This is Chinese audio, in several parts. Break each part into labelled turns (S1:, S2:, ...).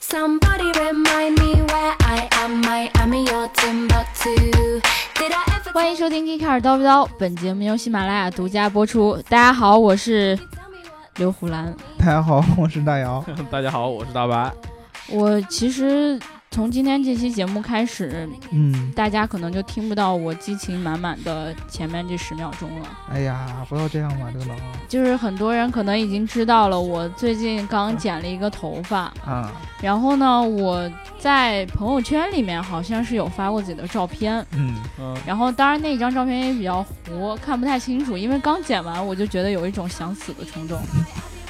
S1: Somebody remind me where I am. I am in your Timbuktu. Did I ever
S2: 欢迎收听《一开始叨不叨》，本节目由喜马拉雅独家播出。大家好，我是
S1: tell me what
S2: 刘胡兰。
S3: 大家好，我是大姚。
S4: 大家好，我是大白。
S2: 我其实从今天这期节目开始，
S3: 嗯，
S2: 大家可能就听不到我激情满满的前面这十秒钟了。
S3: 哎呀，不要这样嘛，这个老
S2: 就是很多人可能已经知道了，我最近刚剪了一个头发，
S3: 啊，
S2: 然后呢，我在朋友圈里面好像是有发过自己的照片。
S3: 嗯，
S4: 嗯，
S2: 然后，当然那张照片也比较糊，看不太清楚，因为刚剪完，我就觉得有一种想死的冲动。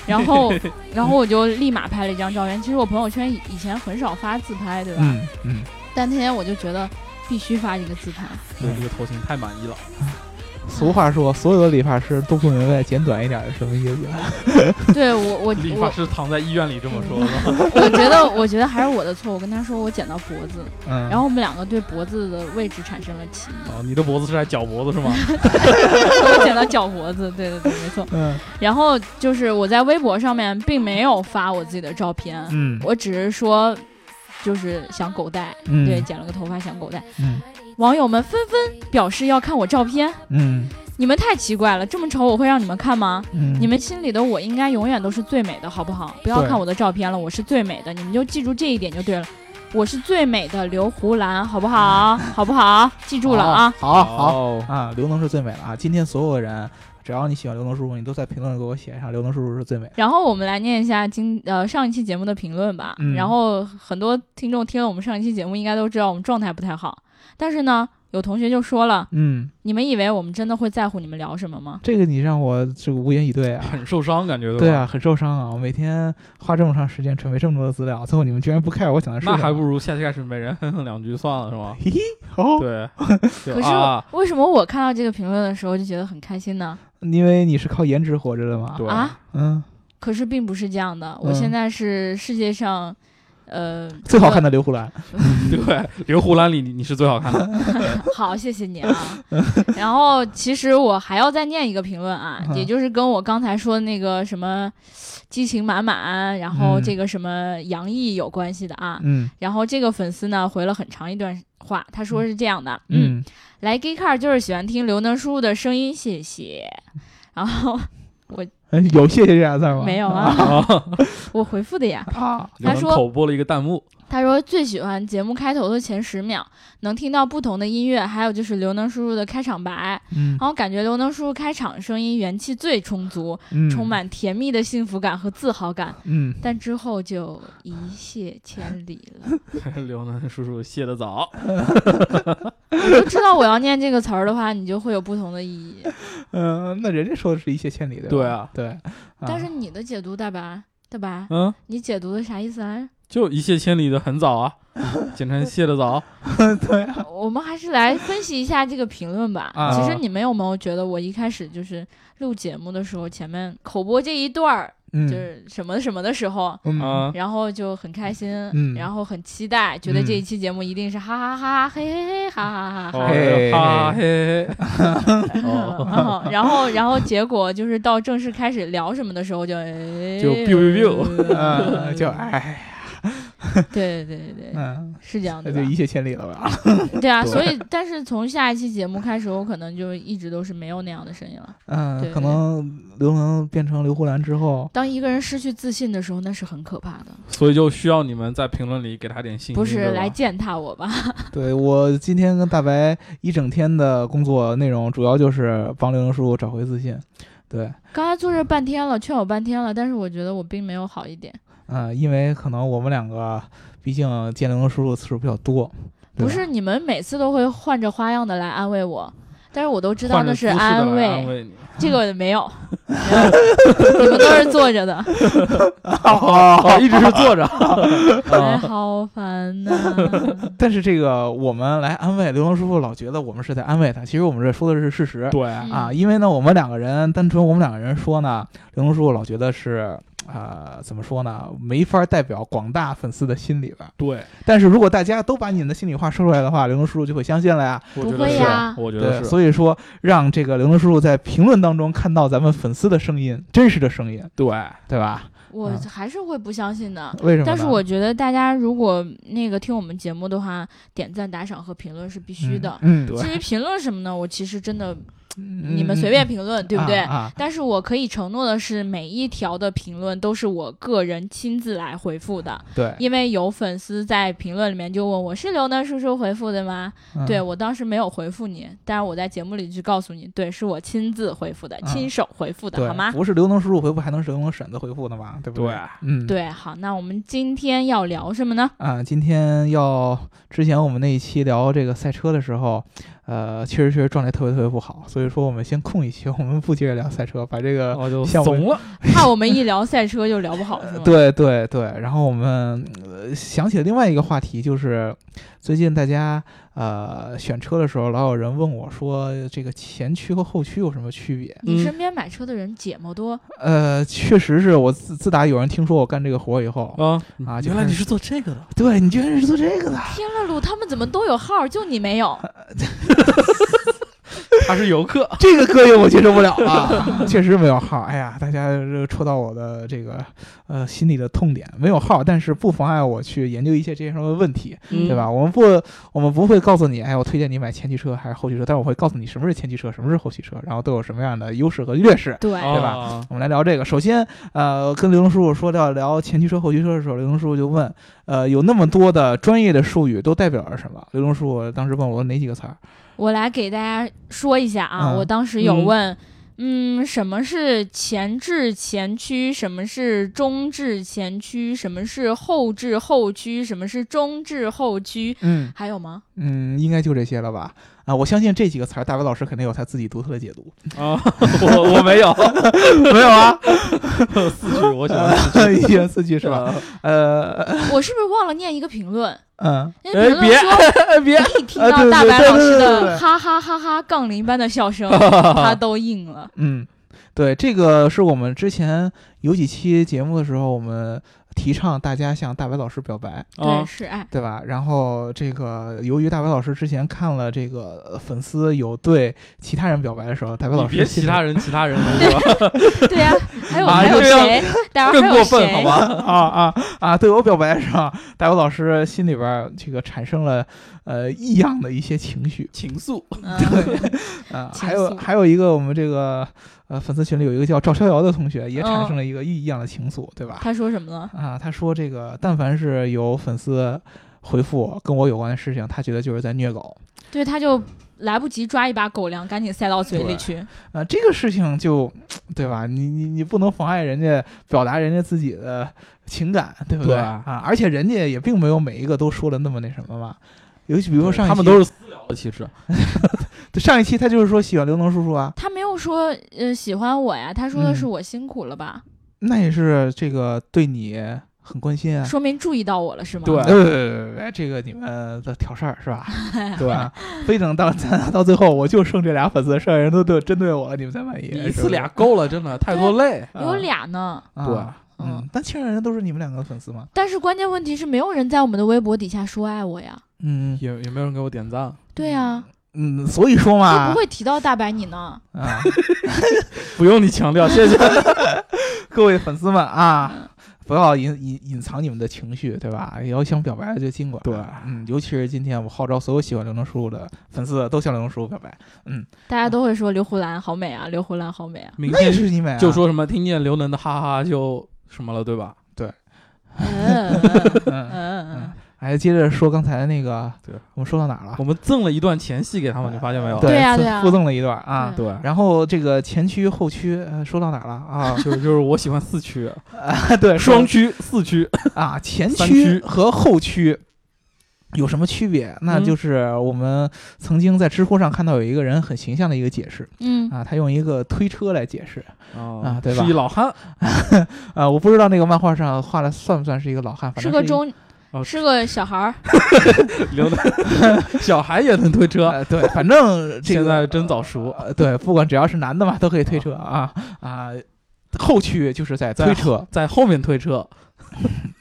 S2: 然 后，然后我就立马拍了一张照片。其实我朋友圈以以前很少发自拍，对吧？
S3: 嗯嗯，
S2: 但那天我就觉得必须发一个自 拍。
S4: 对这个头型太满意了。
S3: 俗话说，所有的理发师都不明白剪短一点是什么意思。
S2: 对我，我
S4: 理发
S2: 我
S4: 师躺在医院里这么说的。
S2: 我觉得，我觉得还是我的错。我跟他说我剪到脖子，
S3: 嗯，
S2: 然后我们两个对脖子的位置产生了歧义。
S4: 哦，你的脖子是在脚脖 子是吗？
S2: 我剪到脚脖子，对对对，没错。
S3: 嗯
S2: 然后就是我在微博上面并没有发我自己的照片，
S3: 嗯
S2: 我只是说，就是想狗带，
S3: 嗯
S2: 对，剪了个头发想狗带。
S3: 嗯
S2: 网友们纷纷表示要看我照片，
S3: 嗯
S2: 你们太奇怪了，这么丑我会让你们看吗？
S3: 嗯，
S2: 你们心里的我应该永远都是最美的，好不好？不要
S3: 对
S2: 看我的照片了，我是最美的，你们就记住这一点就对了。我是最美的刘胡兰，好不好？ 好不好？记住了啊！
S3: 嗯好好
S4: 哦，
S3: 啊，刘能是最美的啊！今天所有人，只要你喜欢刘能叔叔，你都在评论给我写上刘能叔叔是最美的。
S2: 然后我们来念一下今呃上一期节目的评论吧。
S3: 嗯
S2: 然后很多听众听了我们上一期节目，应该都知道我们状态不太好，但是呢，有同学就说了，
S3: 嗯，
S2: 你们以为我们真的会在乎你们聊什么吗？
S3: 这个你让我这个无言以对啊。
S4: 很受伤感觉
S3: 对
S4: 吧？
S3: 啊，很受伤啊！我每天花这么长时间准备这么多的资料，最后你们居然不 care 我讲的是
S4: 那
S3: 什么
S4: 还不如下期开始每人哼哼两句算了是吗？
S3: 嘿嘿，哦好，
S4: 对，
S2: 可
S4: 哦可
S2: 是
S4: 啊，
S2: 为什么我看到这个评论的时候就觉得很开心呢？
S3: 因为你是靠颜值活着的嘛。
S4: 对
S2: 啊，
S3: 嗯，
S2: 可是并不是这样的，我
S3: 嗯
S2: 现在是世界上，呃，
S3: 最好看的刘胡兰。
S4: 对，刘胡兰里你你是最好 看的。
S2: 好，谢谢你啊。 然后其实我还要再念一个评论啊，
S3: 嗯
S2: 也就是跟我刚才说的那个什么激情满满，然后
S3: 嗯
S2: 这个什么洋溢有关系的啊。
S3: 嗯
S2: 然后这个粉丝呢回了很长一段话，他说是这样的，
S3: 嗯
S2: 来 Gay Car 就是喜欢听刘能叔叔的声音，谢 谢。然后
S3: 哎有谢谢这俩字吗？
S2: 没有啊， 我回复的呀。
S3: 啊。
S4: 有人
S2: 他说
S4: 口播了一个弹幕，
S2: 他说最喜欢节目开头的前十秒，能听到不同的音乐，还有就是刘能叔叔的开场白。
S3: 嗯
S2: 然，后感觉刘能叔叔开场声音元气最充足，
S3: 嗯
S2: 充。满甜蜜的幸福感和自豪感。
S3: 嗯，
S2: 但之后就一泻千里了。
S4: 刘能叔叔谢得早。
S2: 我就知道我要念这个词儿的话，你就会有不同的意义。
S3: 嗯，那人家说的是一泻千里的。
S4: 对啊，
S3: 对。啊
S2: 但是你的解读，大白，大白，
S4: 嗯，
S2: 你解读的啥意思啊来、着？
S4: 就一泻千里的很早 啊，简称谢得早。
S3: 对啊，
S2: 我们还是来分析一下这个评论吧。
S3: 啊
S2: 其实你们有没有觉得，我一开始就是录节目的时候，前面口播这一段儿，
S3: 嗯，
S2: 就是什么什么的时候，
S3: 嗯
S4: 啊，
S2: 然后就很开心，
S3: 嗯
S2: 然后很期待，觉得这一期节目一定是哈哈哈哈嘿嘿嘿哈哈哈哈。
S4: 哦
S3: 嘿
S4: 哈嘿嘿， 哦
S2: 嗯然后，然后结果就是到正式开始聊什么的时候就，哎
S4: 就 biu biu
S3: 啊，就
S2: 嗯
S3: 哎，
S2: 对对对对对，
S3: 嗯，
S2: 是这样
S3: 那
S2: 的
S3: 就
S2: 吧，
S3: 一泻千里了 吧？
S2: 对 啊，所以但是从下一期节目开始，我可能就一直都是没有那样的声音了。对
S3: 嗯，可能刘能变成刘胡兰之 后，
S2: 当一个人失去自信的时候，那是很可怕的。
S4: 所以就需要你们在评论里给他点信心。
S2: 不是
S4: 对吧
S2: 来践踏我吧？
S3: 对我今天跟大白一整天的工作内容，主要就是帮刘能叔叔找回自信。对，
S2: 刚才坐这半天了，劝我半天了，但是我觉得我并没有好一点。
S3: 嗯，因为可能我们两个，毕竟见刘能叔叔的次数比较多。对
S2: 不
S4: 啊
S3: 吧
S2: 是你们每次都会换着花样的来安慰我，但是我都知道
S4: 换着
S2: 那
S4: 姿
S2: 是
S4: 势的来
S2: 安慰，
S4: 安慰 你。
S2: 这个没 有，没有 你们都是坐着
S4: 啊
S2: 的，
S4: 哦，一直是坐 着。
S2: 哎，
S3: 嗯
S2: 好烦呐、
S3: 但是这个我们来安慰刘能叔叔，老觉得我们是在安慰他，其实我们这说的是事实
S4: 对，
S2: 嗯
S3: 啊。因为呢，我们两个人单纯我们两个人说呢，刘能叔叔老觉得是啊、怎么说呢，没法代表广大粉丝的心理吧。
S4: 对，
S3: 但是如果大家都把你们的心里话说出来的话，刘能叔叔就会相信了呀。
S4: 我
S2: 不
S4: 觉得
S2: 会
S4: 是，
S2: 呀
S4: 我觉
S3: 对，
S4: 得是，
S3: 所以说让这个刘能叔叔在评论当中看到咱们粉丝的声音，真实的声音，
S4: 对，
S3: 对吧？
S2: 我
S4: 啊
S3: 嗯
S2: 还是会不相信的。
S3: 为什么呢？
S2: 但是我觉得大家如果那个听我们节目的话，点赞、打赏和评论是必须的。
S3: 嗯，嗯
S4: 对
S2: 至于评论什么呢？我其实真的，
S3: 嗯
S2: 你们随便评论，对不对？
S3: 啊啊
S2: 但是我可以承诺的是，每一条的评论都是我个人亲自来回复的，
S3: 对，
S2: 因为有粉丝在评论里面就问我是刘能叔叔回复的吗？
S3: 嗯
S2: 对我当时没有回复你，但是我在节目里去告诉你，对，是我亲自回复的，
S3: 嗯
S2: 亲手回复的，
S3: 对，嗯
S2: 好吗？
S3: 不是刘能叔叔回复，还能是刘能婶子回复的嘛？对不
S4: 对
S3: 对，嗯，。
S2: 对，好，那我们今天要聊什么呢？
S3: 啊，今天要之前我们那一期聊这个赛车的时候，呃，确实确实状态特别特别不好，所以说我们先空一期，我们不接着聊赛车，把这
S2: 哦
S3: 个，
S4: 我就
S3: 像我
S4: 怂了，
S2: 怕我们一聊赛车就聊不好，是吗？
S3: 对对对，然后我们、呃、想起了另外一个话题，就是最近大家呃选车的时候，老有人问我说这个前驱和后驱有什么区别？
S2: 你
S4: 嗯
S2: 身边买车的人姐么多，
S3: 呃，确实是我自自打有人听说我干这个活儿以后，
S4: 啊
S3: 啊就
S4: 原来
S3: 开
S4: 你
S3: 始
S4: 是做这 个的，
S3: 对你居然是做这个的，
S2: 天了噜，他们怎么都有号，就你没有？
S4: 他是游客，
S3: 这个膈应我接受不了啊，确实没有号。哎呀，大家这戳到我的这个呃心里的痛点，没有号，但是不妨碍我去研究一些这些什么问题，
S4: 嗯
S3: 对吧？？我们不，我们不会告诉你，哎，我推荐你买前驱车还是后驱车，但是我会告诉你什么是前驱车，什么是后驱车，然后都有什么样的优势和劣势。
S2: 对，
S4: 对
S3: 吧？我们来聊这个。首先，呃，跟刘能叔叔说到聊前驱车、后驱车的时候，刘能叔叔就问，呃，有那么多的专业的术语都代表着什么？刘能叔叔当时问我哪几个词儿？
S2: 我来给大家说一下啊，
S3: 嗯
S2: 我当时有问，嗯什么是前置前驱，什么是中置前驱，什么是后置后驱，什么是中置后驱，
S3: 嗯，
S2: 还有 吗？
S3: 嗯，应该就这些了吧？啊，我相信这几个词儿，大伟老师肯定有他自己独特的解读。
S4: 啊，我我没有
S3: 没有啊，
S4: 四句，我喜欢四嗯句
S3: 一言四句是吧？？呃，
S2: 我是不是忘了念一个评论？
S3: 嗯，
S2: 那个评
S4: 哎别啊
S2: 论说，
S3: 哎别，
S2: 一听到大白老师的哈哈哈哈杠铃般的笑声，他都硬 了。
S3: 嗯，对，这个是我们之前有几期节目的时候，我们提倡大家向大白老师表白，
S2: 对，
S4: 啊，
S2: 是哎爱。
S3: 对吧？然后这个，由于大白老师之前看了这个呃粉丝有对其他人表白的时候，大白老
S4: 你
S3: 师
S4: 别
S3: 心
S4: 其
S3: 里
S4: 他人，其他人是吧？
S2: 对呀、还有
S4: 啊
S2: 还有
S4: 这样
S2: 谁？待会儿
S4: 更
S2: 还有
S4: 过分好
S2: 谁？
S4: 吧？
S3: 啊啊啊！对我表白是吧？大伟老师心里边儿这个产生了呃异样的一些情绪
S4: 情愫，
S2: 嗯，
S3: 啊、
S2: 情
S3: 还有
S2: 愫
S3: 还有一个我们这个呃粉丝群里有一个叫赵逍遥的同学也产生了一个异样的情愫，对吧？
S2: 嗯他说什么了？
S3: 啊，他说这个但凡是有粉丝回复跟我有关的事情，他觉得就是在虐狗。
S2: 对，他就来不及抓一把狗粮，赶紧塞到嘴里去。
S3: 啊、这个事情就对吧？你你你不能妨碍人家表达人家自己的情感，对不
S4: 对
S3: 啊，而且人家也并没有每一个都说的那么那什么嘛。尤其比如说上一期，
S4: 他们都是私聊的，其实
S3: 是上一期他就是说喜欢刘能叔叔啊，
S2: 他没有说呃喜欢我呀，他说的是
S3: 嗯
S2: 我辛苦了吧，
S3: 那也是这个对你很关心啊。
S2: 说明注意到我了是吗？
S4: 对
S3: 呃，别别别别这个你们的挑事儿是吧？
S4: 对
S3: 啊，非等到到最后我就剩这俩粉丝，剩下人都对针对我了，你们才满意。
S4: 你一
S3: 是
S4: 次
S3: 不是
S4: 俩够了，真的太多累。
S2: 有俩呢，
S3: 啊，
S2: 对
S3: 嗯
S2: 嗯，
S3: 但其实人家都是你们两个的粉丝嘛。
S2: 但是关键问题是没有人在我们的微博底下说爱我呀。
S3: 嗯
S4: 有有没有人给我点赞？
S2: 对呀、
S3: 嗯，所以说
S2: 啊，
S3: 嘛，
S2: 都不会提到大白你呢。
S3: 啊，
S4: 不用你强调，谢谢。
S3: 各位粉丝们
S4: 嗯
S3: 啊，不要隐隐隐藏你们的情绪，对吧？也要想表白的就尽管。
S4: 对
S3: 嗯，尤其是今天，我号召所有喜欢刘能叔叔的粉丝都向刘能叔叔表白。
S2: 大家都会说刘胡兰好美啊，刘胡兰好美 啊。
S4: 明
S3: 那也
S4: 天
S3: 是你美、啊，
S4: 就说什么听见刘能的哈哈哈就什么了，对吧？
S2: 嗯嗯
S3: 嗯，
S2: 嗯
S3: 哎，接着说刚才那个，
S4: 对，
S3: 我们说到哪儿了
S4: 我？们赠了一段前戏给他们，你发现没有？
S2: 对啊
S3: 附
S2: 对啊
S3: 附赠了一段啊。
S4: 对，？
S3: 然后这个前驱后驱，呃，说到哪儿了啊
S4: 就是就是我喜欢四 驱、
S3: 啊，对，
S4: 双驱、四驱，
S3: 啊，前
S4: 三
S3: 驱
S4: 驱
S3: 和后驱有什么区别？那
S4: 嗯
S3: 就是我们曾经在知乎上看到有一个人很形象的一个解释
S2: 嗯
S3: 啊，他用一个推车来解释
S4: 啊
S3: 对吧
S4: 是一老汉，
S3: 啊，我不知道那个漫画上画的算不算是一个老汉，反
S2: 是
S3: 正
S2: 个
S3: 一
S2: 中
S4: 哦，
S2: 是个小孩儿，
S4: 刘能， 小孩也能推 车，
S3: 呃对，反正这
S4: 现
S3: 个
S4: 在真早熟。
S3: 呃对，不管只要是男的嘛，都可以推车啊啊。后驱就是在推车，
S4: 在后面推车，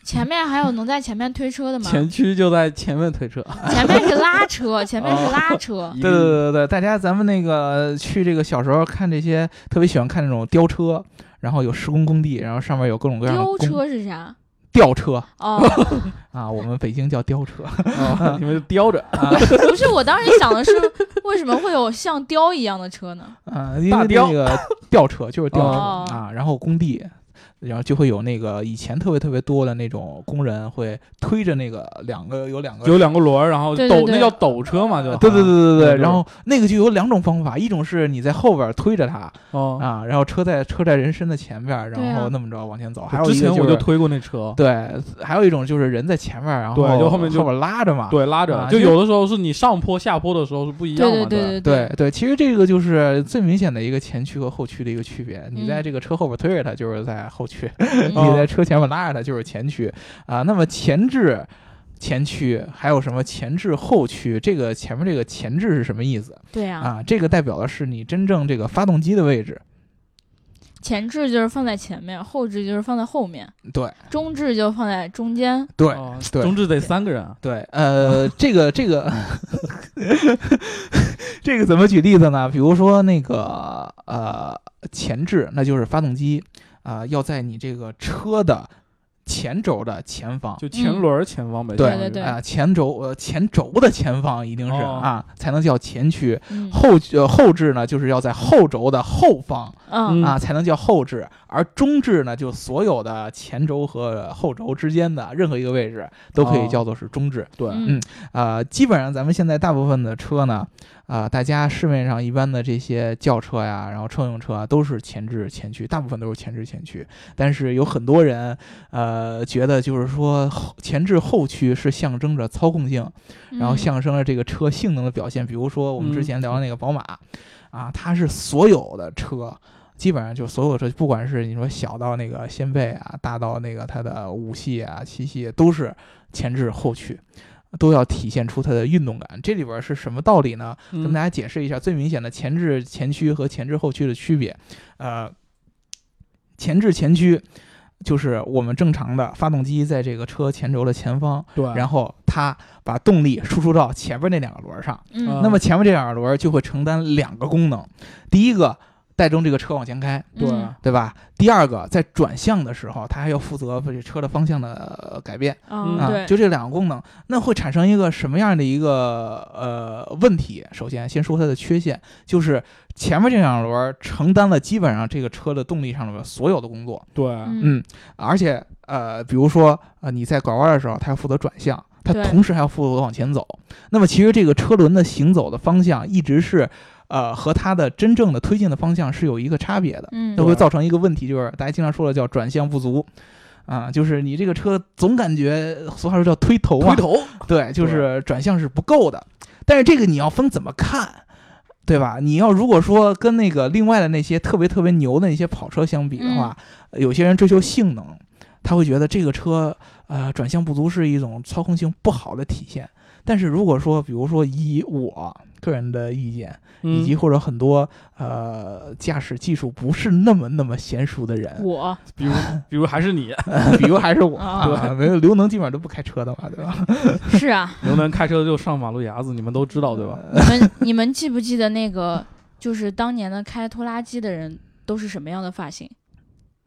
S2: 前面还有能在前面推车的吗？
S4: 前驱就在前面推车。
S2: 前面是拉车，前面是拉车，
S4: 啊
S3: 对
S4: 对
S3: 对对对，大家咱们那个去这个小时候看这些，特别喜欢看那种吊车，然后有施工工地，然后上面有各种各样的
S2: 丢
S3: 工
S2: 车是啥？
S3: 吊车
S2: 哦，
S3: 啊，我们北京叫吊车，
S4: 啊，你们就叼着，
S2: 不是，我当时想的是，为什么会有像雕一样的车呢？
S3: 啊，因
S4: 大
S3: 为
S4: 吊
S3: 那个吊车就是吊车
S2: 哦
S3: 啊，然后工地。然后就会有那个以前特别特别多的那种工人会推着那个两个有两个
S4: 有两个轮儿，然后
S2: 对
S4: 斗，
S2: 对
S4: 那
S2: 对
S4: 叫斗车嘛，就
S3: 对对对对对，
S4: 啊对
S3: 然后那个就有两种方法，一种是你在后边推着它
S4: 哦。
S3: 啊，然后车在车在人身的前边，
S2: 对啊
S3: 然后那么着往前走。还有
S4: 之
S3: 一个
S4: 前我
S3: 就
S4: 就是推过那车，
S3: 对，还有一种就是人在前面，然后
S4: 对就后
S3: 后
S4: 面就
S3: 边拉着嘛。
S4: 对，拉着，
S3: 啊
S4: 就
S3: 就
S4: 有的时候是你上坡下坡的时候是不一样
S2: 对
S4: 嘛，
S2: 对对
S3: 对对，其实这个就是最明显的一个前驱和后驱的一个区别。你在
S2: 嗯
S3: 这个车后边推着它，就是在后驱；
S2: 对，
S4: 哦
S2: 嗯
S3: 你在车前面拉着它，就是前驱啊。那么前置前驱还有什么前置后驱？这个前面这个前置是什么意思？
S2: 对啊，
S3: 啊，这个代表的是你真正这个发动机的位置。
S2: 前置就是放在前面，后置就是放在后面，
S3: 对
S2: 中置就放在中间。
S3: 对
S4: 哦
S3: 对
S4: 中置得三个人啊，
S3: 对，呃，这个这个 这个怎么举例子呢？比如说那个呃前置，那就是发动机啊、要在你这个车的前轴的前方。
S4: 就前轮儿前方呗。
S3: 对
S4: 相当于
S2: 嗯对
S3: 啊、前轴呃前轴的前方一定是、
S4: 哦
S3: 啊，才能叫前驱。
S2: 嗯
S3: 后呃后置呢，就是要在后轴的后方
S2: 嗯
S4: 嗯
S3: 啊，才能叫后置。而中置呢，就所有的前轴和后轴之间的任何一个位置都可以
S4: 哦
S3: 叫做是中置。
S4: 对，
S2: 嗯
S3: 呃，基本上咱们现在大部分的车呢，啊，大家市面上一般的这些轿车呀，然后乘用车啊，都是前置前驱，大部分都是前置前驱。但是有很多人，呃，觉得就是说后前置后驱是象征着操控性，然后
S2: 嗯
S3: 象征着这个车性能的表现。比如说我们
S4: 嗯
S3: 之前聊的那个宝马，啊，它是所有的车。基本上就所有车，不管是你说小到那个掀背啊，大到那个它的五系啊、七系，都是前置后驱，都要体现出它的运动感。这里边是什么道理呢？
S4: 嗯
S3: 跟大家解释一下最明显的前置前驱和前置后驱的区别。呃，前置前驱就是我们正常的发动机在这个车前轴的前方，
S4: 对，
S2: 啊
S3: 然后它把动力输出到前面那两个轮儿上，
S2: 嗯
S4: 啊
S3: 那么前面这两个轮儿就会承担两个功能，第一个带动这个车往前开，
S4: 对
S2: 嗯
S3: 对吧？第二个在转向的时候，它还要负责这车的方向的呃改变
S2: 嗯
S3: 啊，
S2: 对，
S3: 就这两个功能，那会产生一个什么样的一个呃问题？首先，先说它的缺陷，就是前面这两轮儿承担了基本上这个车的动力上的所有的工作，
S4: 对，
S2: 嗯
S3: 嗯，而且呃，比如说呃你在拐弯的时候，它要负责转向，它
S2: 对
S3: 同时还要负责往前走。那么其实这个车轮的行走的方向一直是呃和它的真正的推进的方向是有一个差别的，
S2: 嗯
S3: 那会
S4: 对
S3: 造成一个问题，就是大家经常说的叫转向不足。啊，就是你这个车总感觉呃俗话说叫推头啊嘛，
S4: 推头，
S3: 对，就是转向是不够的。但是这个你要分怎么看，对吧？你要如果说跟那个另外的那些特别特别牛的那些跑车相比的话，呃有些人追求性能，他会觉得这个车呃转向不足是一种操控性不好的体现。但是如果说，比如说以我个人的意见，以及
S4: 嗯
S3: 或者很多呃驾驶技术不是那么那么娴熟的人，
S2: 我
S4: 比如比如还是你，
S3: 比如还是我，
S2: 啊
S3: 啊，没有刘能基本上都不开车的嘛，对吧？
S2: 是啊，
S4: 刘能开车就上马路牙子，你们都知道哦对吧？
S2: 你们你们记不记得那个，就是当年的开拖拉机的人都是什么样的发型？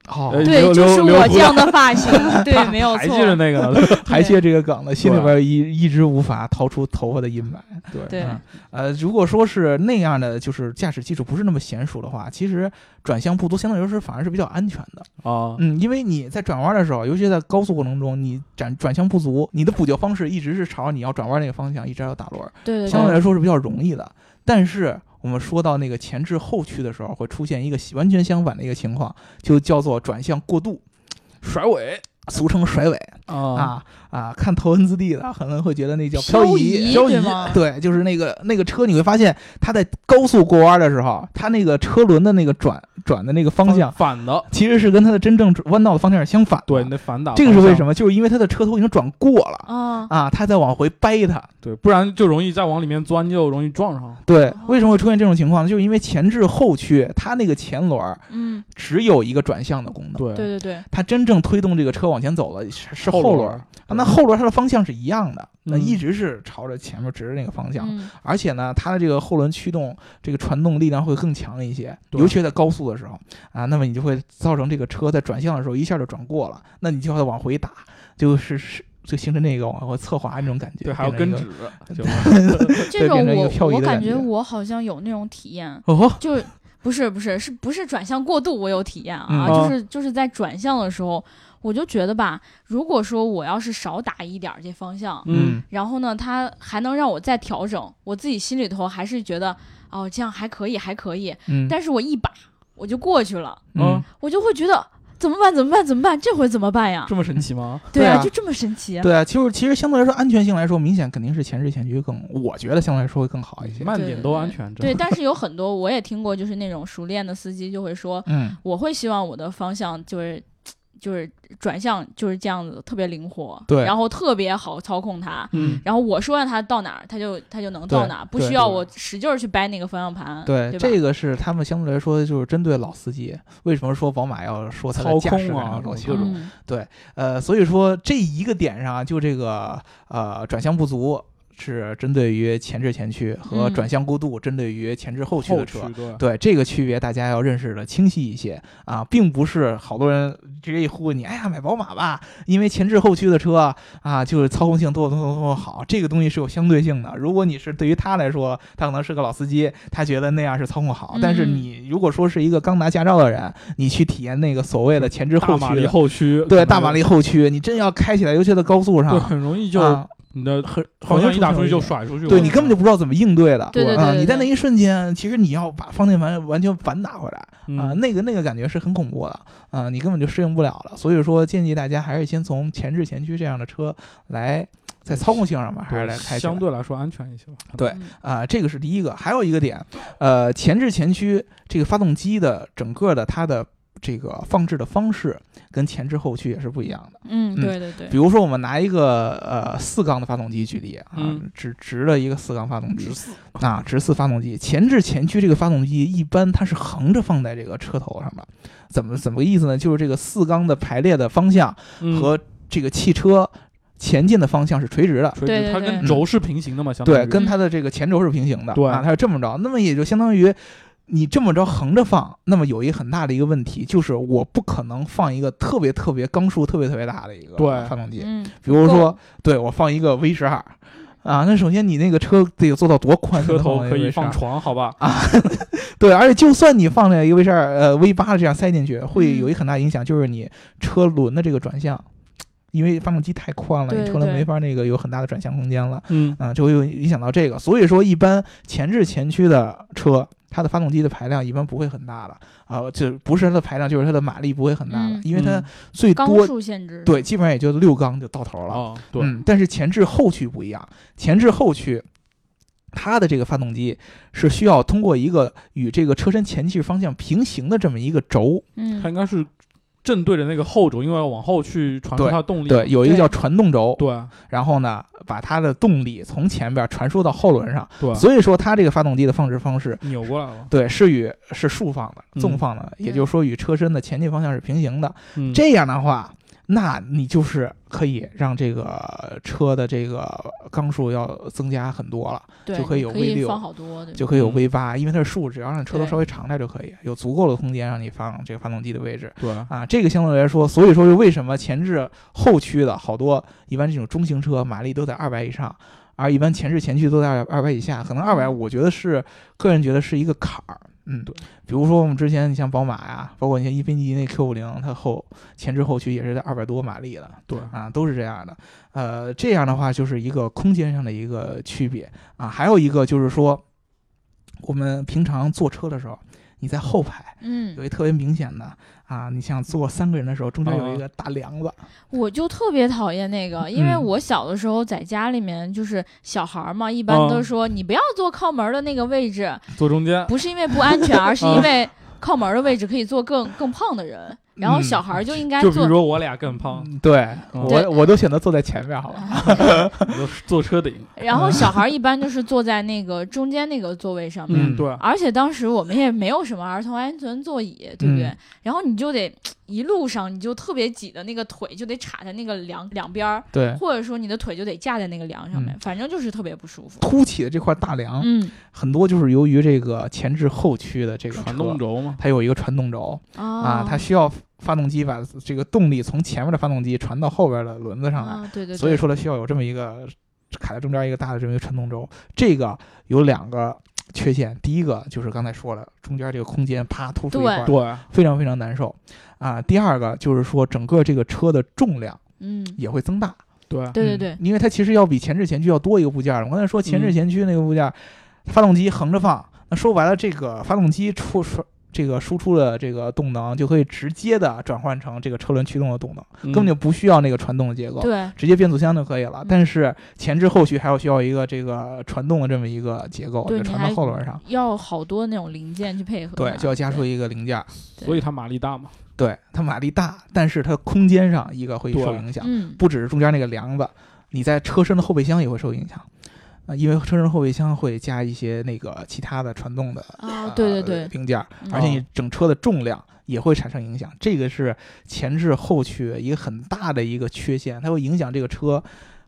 S3: 哦，
S4: 哎
S2: 对，
S4: 留
S2: 就是
S4: 留
S2: 我
S4: 留
S2: 这样的发型， 对，没有
S4: 还
S2: 错
S4: 记，着那个
S3: 嗯
S4: 呢， 对
S3: 还借这个梗呢，心里边一一直无法逃出头发的阴霾。
S4: 对
S2: 对
S3: 嗯呃，如果说是那样的，就是驾驶技术不是那么娴熟的话，其实转向不足，相对来说是反而是比较安全的。
S4: 啊，
S3: 嗯，因为你在转弯的时候，尤其在高速过程中，你转转向不足，你的补救方式一直是朝你要转弯那个方向，一直要打轮儿，
S2: 对对
S3: 相对
S2: 对，
S3: 来说是比较容易的。但是我们说到那个前置后驱的时候，会出现一个完全相反的一个情况，就叫做转向过度。
S4: 甩尾，
S3: 俗称甩尾
S4: 啊
S3: 啊啊！看头文字 D 的可能会觉得那叫
S2: 漂
S3: 漂
S2: 移
S3: 移，
S4: 漂
S2: 对
S4: 移
S2: 吗？
S3: 对，就是那个那个车，你会发现它在高速过弯的时候，它那个车轮的那个转转的那个方向，
S4: 反的，
S3: 其实是跟它的真正弯道的方向是相反的。
S4: 对，你，得反打。
S3: 这个是为什
S4: 么？
S3: 么？就是因为它的车头已经转过了
S2: 啊，
S3: 啊，它在往回掰它。
S4: 对，不然就容易再往里面钻，就容易撞上。
S3: 对
S2: 哦，
S3: 为什么会出现这种情况呢？就是因为前置后驱，它那个前轮儿
S2: 嗯，
S3: 只有一个转向的功能，
S4: 对
S2: 对对对，
S3: 它真正推动这个车往前走了是是后轮儿。
S4: 儿
S3: 啊那后轮它的方向是一样的，那
S4: 嗯
S3: 一直是朝着前面直着那个方向，
S2: 嗯
S3: 而且呢，它的这个后轮驱动这个传动力量会更强一些，
S4: 对
S3: 尤其是在高速的时候啊，那么你就会造成这个车在转向的时候一下就转过了，那你就要往回打，就是是就形成那个往后侧滑那种感觉，
S4: 对，还有
S3: 变
S4: 跟
S3: 成一
S4: 指
S3: 个，
S4: 行
S2: 这种
S3: 变成一个
S2: 我
S3: 漂移
S2: 我
S3: 的
S2: 感
S3: 感
S2: 觉
S3: 觉
S2: 我好像有那种体验，
S3: 哦，
S2: 就不是不是是不是转向过度，我有体验啊，
S3: 嗯
S2: 就是就是在转向的时候，我就觉得吧，如果说我要是少打一点儿这方向，
S4: 嗯，
S2: 然后呢，它还能让我再调整，我自己心里头还是觉得哦这样还可以还可以，
S3: 嗯，
S2: 但是我一把我就过去了，
S3: 嗯
S4: 嗯，
S2: 我就会觉得怎么办怎么办怎么办，这回怎么办呀
S4: 这？么神奇吗？
S2: 对
S3: 对啊
S2: 就这么神奇。
S3: 对啊，就是其实相对来说安全性来说，明显肯定是前置前驱更，我觉得相对来说会更好一些，
S4: 慢点都安全，
S2: 对，
S4: 真的。
S2: 但是有很多我也听过，就是那种熟练的司机就会说，
S3: 嗯
S2: 我会希望我的方向就是就是转向就是这样子，特别灵活，
S3: 对
S2: 然后特别好操控它。
S4: 嗯，
S2: 然后我说让它到哪儿，它就它就能到
S3: 对
S2: 哪儿，不
S3: 对
S2: 需要
S4: 对
S2: 我使劲儿去掰那个方向盘，
S3: 对，
S2: 对吧？
S3: 这个是他们相对来说就是针对老司机。为什么说宝马要说它的
S4: 操
S3: 驾
S4: 控
S3: 驶感
S4: 啊
S3: 要
S4: 什么
S3: 更
S4: 各
S3: 强？
S4: 种
S2: 嗯
S3: 呃，所以说这一个点上啊，就这个呃转向不足是针对于前置前驱和
S2: 嗯
S3: 转向过度针对于前置后驱
S4: 后
S3: 的
S4: 驱
S3: 车。
S4: 对，
S3: 对这个区别，大家要认识的清晰一些啊，并不是好多人直接一忽悠你，哎呀，买宝马吧，因为前置后驱的车啊，就是操控性多么多么多么好，这个东西是有相对性的。如果你是对于他来说，他可能是个老司机，他觉得那样是操控好，但是
S2: 嗯
S3: 你如果说是一个刚拿驾照的人，你去体验那个所谓的前置
S4: 大
S3: 后
S4: 马
S3: 驱
S4: 力
S3: 的，
S4: 后驱，
S3: 对大马力后驱，你真要开起来，尤其在高速
S4: 对，
S3: 上，
S4: 很容易就
S3: 啊
S4: 你的
S3: 很
S4: 方向一打出去
S3: 很容易出现
S4: 就甩出去，
S3: 对你根本就不知道怎么应对的。
S2: 对对对
S3: 啊
S2: 对
S3: 你在那
S2: 对
S3: 一瞬间，其实你要把方向盘完全反打回来。
S4: 嗯
S3: 啊、那个那个感觉是很恐怖的，啊、你根本就适应不了了。所以说，建议大家还是先从前置前驱这样的车来，在操控性上面还是来开起来
S4: 相对来说安全一些吧。
S3: 对
S2: 嗯
S3: 啊、这个是第一个。还有一个点，呃，前置前驱这个发动机的整个的它的这个放置的方式跟前置后驱也是不一样的。
S2: 嗯，
S3: 嗯
S2: 对对对
S3: 比，如说，我们拿一个呃四缸的发动机举例啊，
S4: 嗯
S3: 直直的一个四缸发动机
S4: 四，
S3: 啊，直四发动机，前置前驱这个发动机一般它是横着放在这个车头上的，怎么怎么个意思呢？就是这个四缸的排列的方向
S4: 嗯
S3: 和这个汽车前进的方向是垂直的，
S4: 垂
S2: 对
S4: 直，
S2: 对
S4: 它
S2: 对
S4: 跟轴是平行的嘛，相当
S3: 对，
S4: 于
S3: 跟它的这个前轴是平行的，
S4: 嗯对
S3: 啊，它是这么着，那么也就相当于。你这么着横着放，那么有一个很大的一个问题，就是我不可能放一个特别特别缸数特别特别大的一个
S4: 对
S3: 发动机，
S2: 嗯，
S3: 比如说
S2: 够，
S3: 对我放一个 V 十二，啊，那首先你那个车得做到多宽？
S4: 车头可以
S3: 放
S4: 放床，好吧？
S3: 对，而且就算你放了一个 V 十二、呃 V 八这样塞进去，会
S2: 嗯
S3: 有一个很大影响，就是你车轮的这个转向，因为发动机太宽了，
S2: 对
S3: 你车轮
S2: 对
S3: 没法那个有很大的转向空间了，
S4: 嗯，
S3: 啊、就会有影响到这个。所以说，一般前置前驱的车。它的发动机的排量一般不会很大的啊、就不是它的排量，就是它的马力不会很大的，
S2: 嗯
S3: 因为它
S4: 嗯
S3: 最
S2: 缸
S3: 多、
S2: 数限制，
S3: 对，基本上也就六缸就到头了。
S4: 哦，对，
S3: 嗯，但是前置后驱不一样，前置后驱。它的这个发动机是需要通过一个与这个车身前气方向平行的这么一个轴，
S2: 嗯
S4: 它应该是正对着那个后轴，因为要往后去传输
S3: 对
S4: 它的动力嘛。
S3: 对，有一个叫传动轴，
S4: 对啊
S3: 然后呢，把它的动力从前边传输到后轮上，
S4: 对，啊
S3: 所以说它这个发动机的放置方式，
S4: 扭过来了。
S3: 对，是与是竖放的、纵
S4: 嗯
S3: 放的，也
S2: 嗯
S3: 就是说与车身的前进方向是平行的，
S4: 嗯，
S3: 这样的话，那你就是可以让这个车的这个缸数要增加很多了。
S2: 对
S3: 就可以有
S2: 可以
S3: V6
S2: 放好多，对吧
S3: 就可以有
S4: 嗯
S3: V 八，因为它是竖，只要让车头
S2: 对
S3: 稍微长点就可以，有足够的空间让你放这个发动机的位置
S4: 对，
S3: 啊。这个相对来说，所以说是为什么前置后驱的好多一般这种中型车马力都在二百以上，而一般前置前驱都在二百以下，可能二百我觉得是个人觉得是一个坎儿。嗯，
S4: 嗯对，
S3: 比如说我们之前你像宝马呀、包括你像英菲尼迪那 Q 五零，它后前置后驱也是在二百多马力的，
S4: 对
S3: 啊，都是这样的。呃，这样的话就是一个空间上的一个区别啊。还有一个就是说，我们平常坐车的时候，你在后排
S2: 嗯
S3: 有，一特别明显的啊，你像坐三个人的时候，中间有一个大梁子，
S2: 我就特别讨厌那个，因为
S3: 嗯
S2: 我小的时候在家里面，就是小孩儿嘛，一般都
S4: 嗯
S2: 说你不要坐靠门儿的那个位置，
S4: 坐中间，
S2: 不是因为不安全，而是因为靠门儿的位置可以坐更更胖的人，然后
S3: 嗯
S2: 小孩儿就应该
S4: 就比
S2: 坐
S4: 如说我俩更胖，
S3: 嗯对啊
S2: 对
S3: 我我都选择坐在前面好吧？
S4: 我都坐车顶，
S2: 然后小孩儿一般就是坐在那个中间那个座位上面，
S4: 嗯
S3: 对，
S2: 而且当时我们也没有什么儿童安全座椅，对不对？
S3: 嗯
S2: 然后你就得一路上你就特别挤的那个腿就得插在那个梁两边儿，
S3: 对，
S2: 或者说你的腿就得架在那个梁上面，
S3: 哎嗯
S2: 反正就是特别不舒服。
S3: 凸起的这块大梁，
S2: 嗯
S3: 很多就是由于这个前置后驱的这个
S4: 传动
S3: 轴，
S4: 轴嘛，
S3: 它有一个传动轴
S2: 哦
S3: 啊，它需要发动机把这个动力从前面的发动机传到后边的轮子上来。
S2: 啊，对对对，
S3: 所以说它需要有这么一个卡在中间一个大的这么一个传动轴。这个有两个缺陷，第一个就是刚才说了，中间这个空间啪突出一块
S2: 对
S3: 儿，
S4: 对，
S3: 非常非常难受啊。第二个就是说，整个这个车的重量
S2: 嗯，
S3: 也会增大，
S4: 对，啊
S2: 对对
S3: 嗯
S2: 对，
S3: 因为它其实要比前置前驱要多一个部件儿。我刚才说前置
S4: 嗯
S3: 前驱那个部件儿，发动机横着放，那说白了，这个发动机出出。这个输出的这个动能就可以直接的转换成这个车轮驱动的动能，
S4: 根
S3: 根本就不需要那个传动的结构。
S2: 对
S3: 直接变速箱就可以了
S2: 嗯。
S3: 但是前置后驱还要需要一个这个传动的这么一个结构，
S2: 对
S3: 就
S2: 你
S3: 传
S2: 还嗯
S3: 到后轮上。
S2: 要好多那种零件去配合啊它，
S3: 对，就要加出一个零件儿。
S4: 嗯所以它马力大嘛，
S3: 对，它马力大，但是它空间上一个会
S4: 对
S3: 受影响，
S2: 嗯，
S3: 不只是中间那个梁子，你在车身的后备箱也会受影响。啊、因为车身后备箱会加一些那个其他的传动的
S2: 啊
S3: 呃，
S2: 对对对，
S3: 零件儿，
S2: 嗯
S3: 而且你整车的重量也会产生影响，这个是前置后驱一个很大的一个缺陷，它会影响这个车，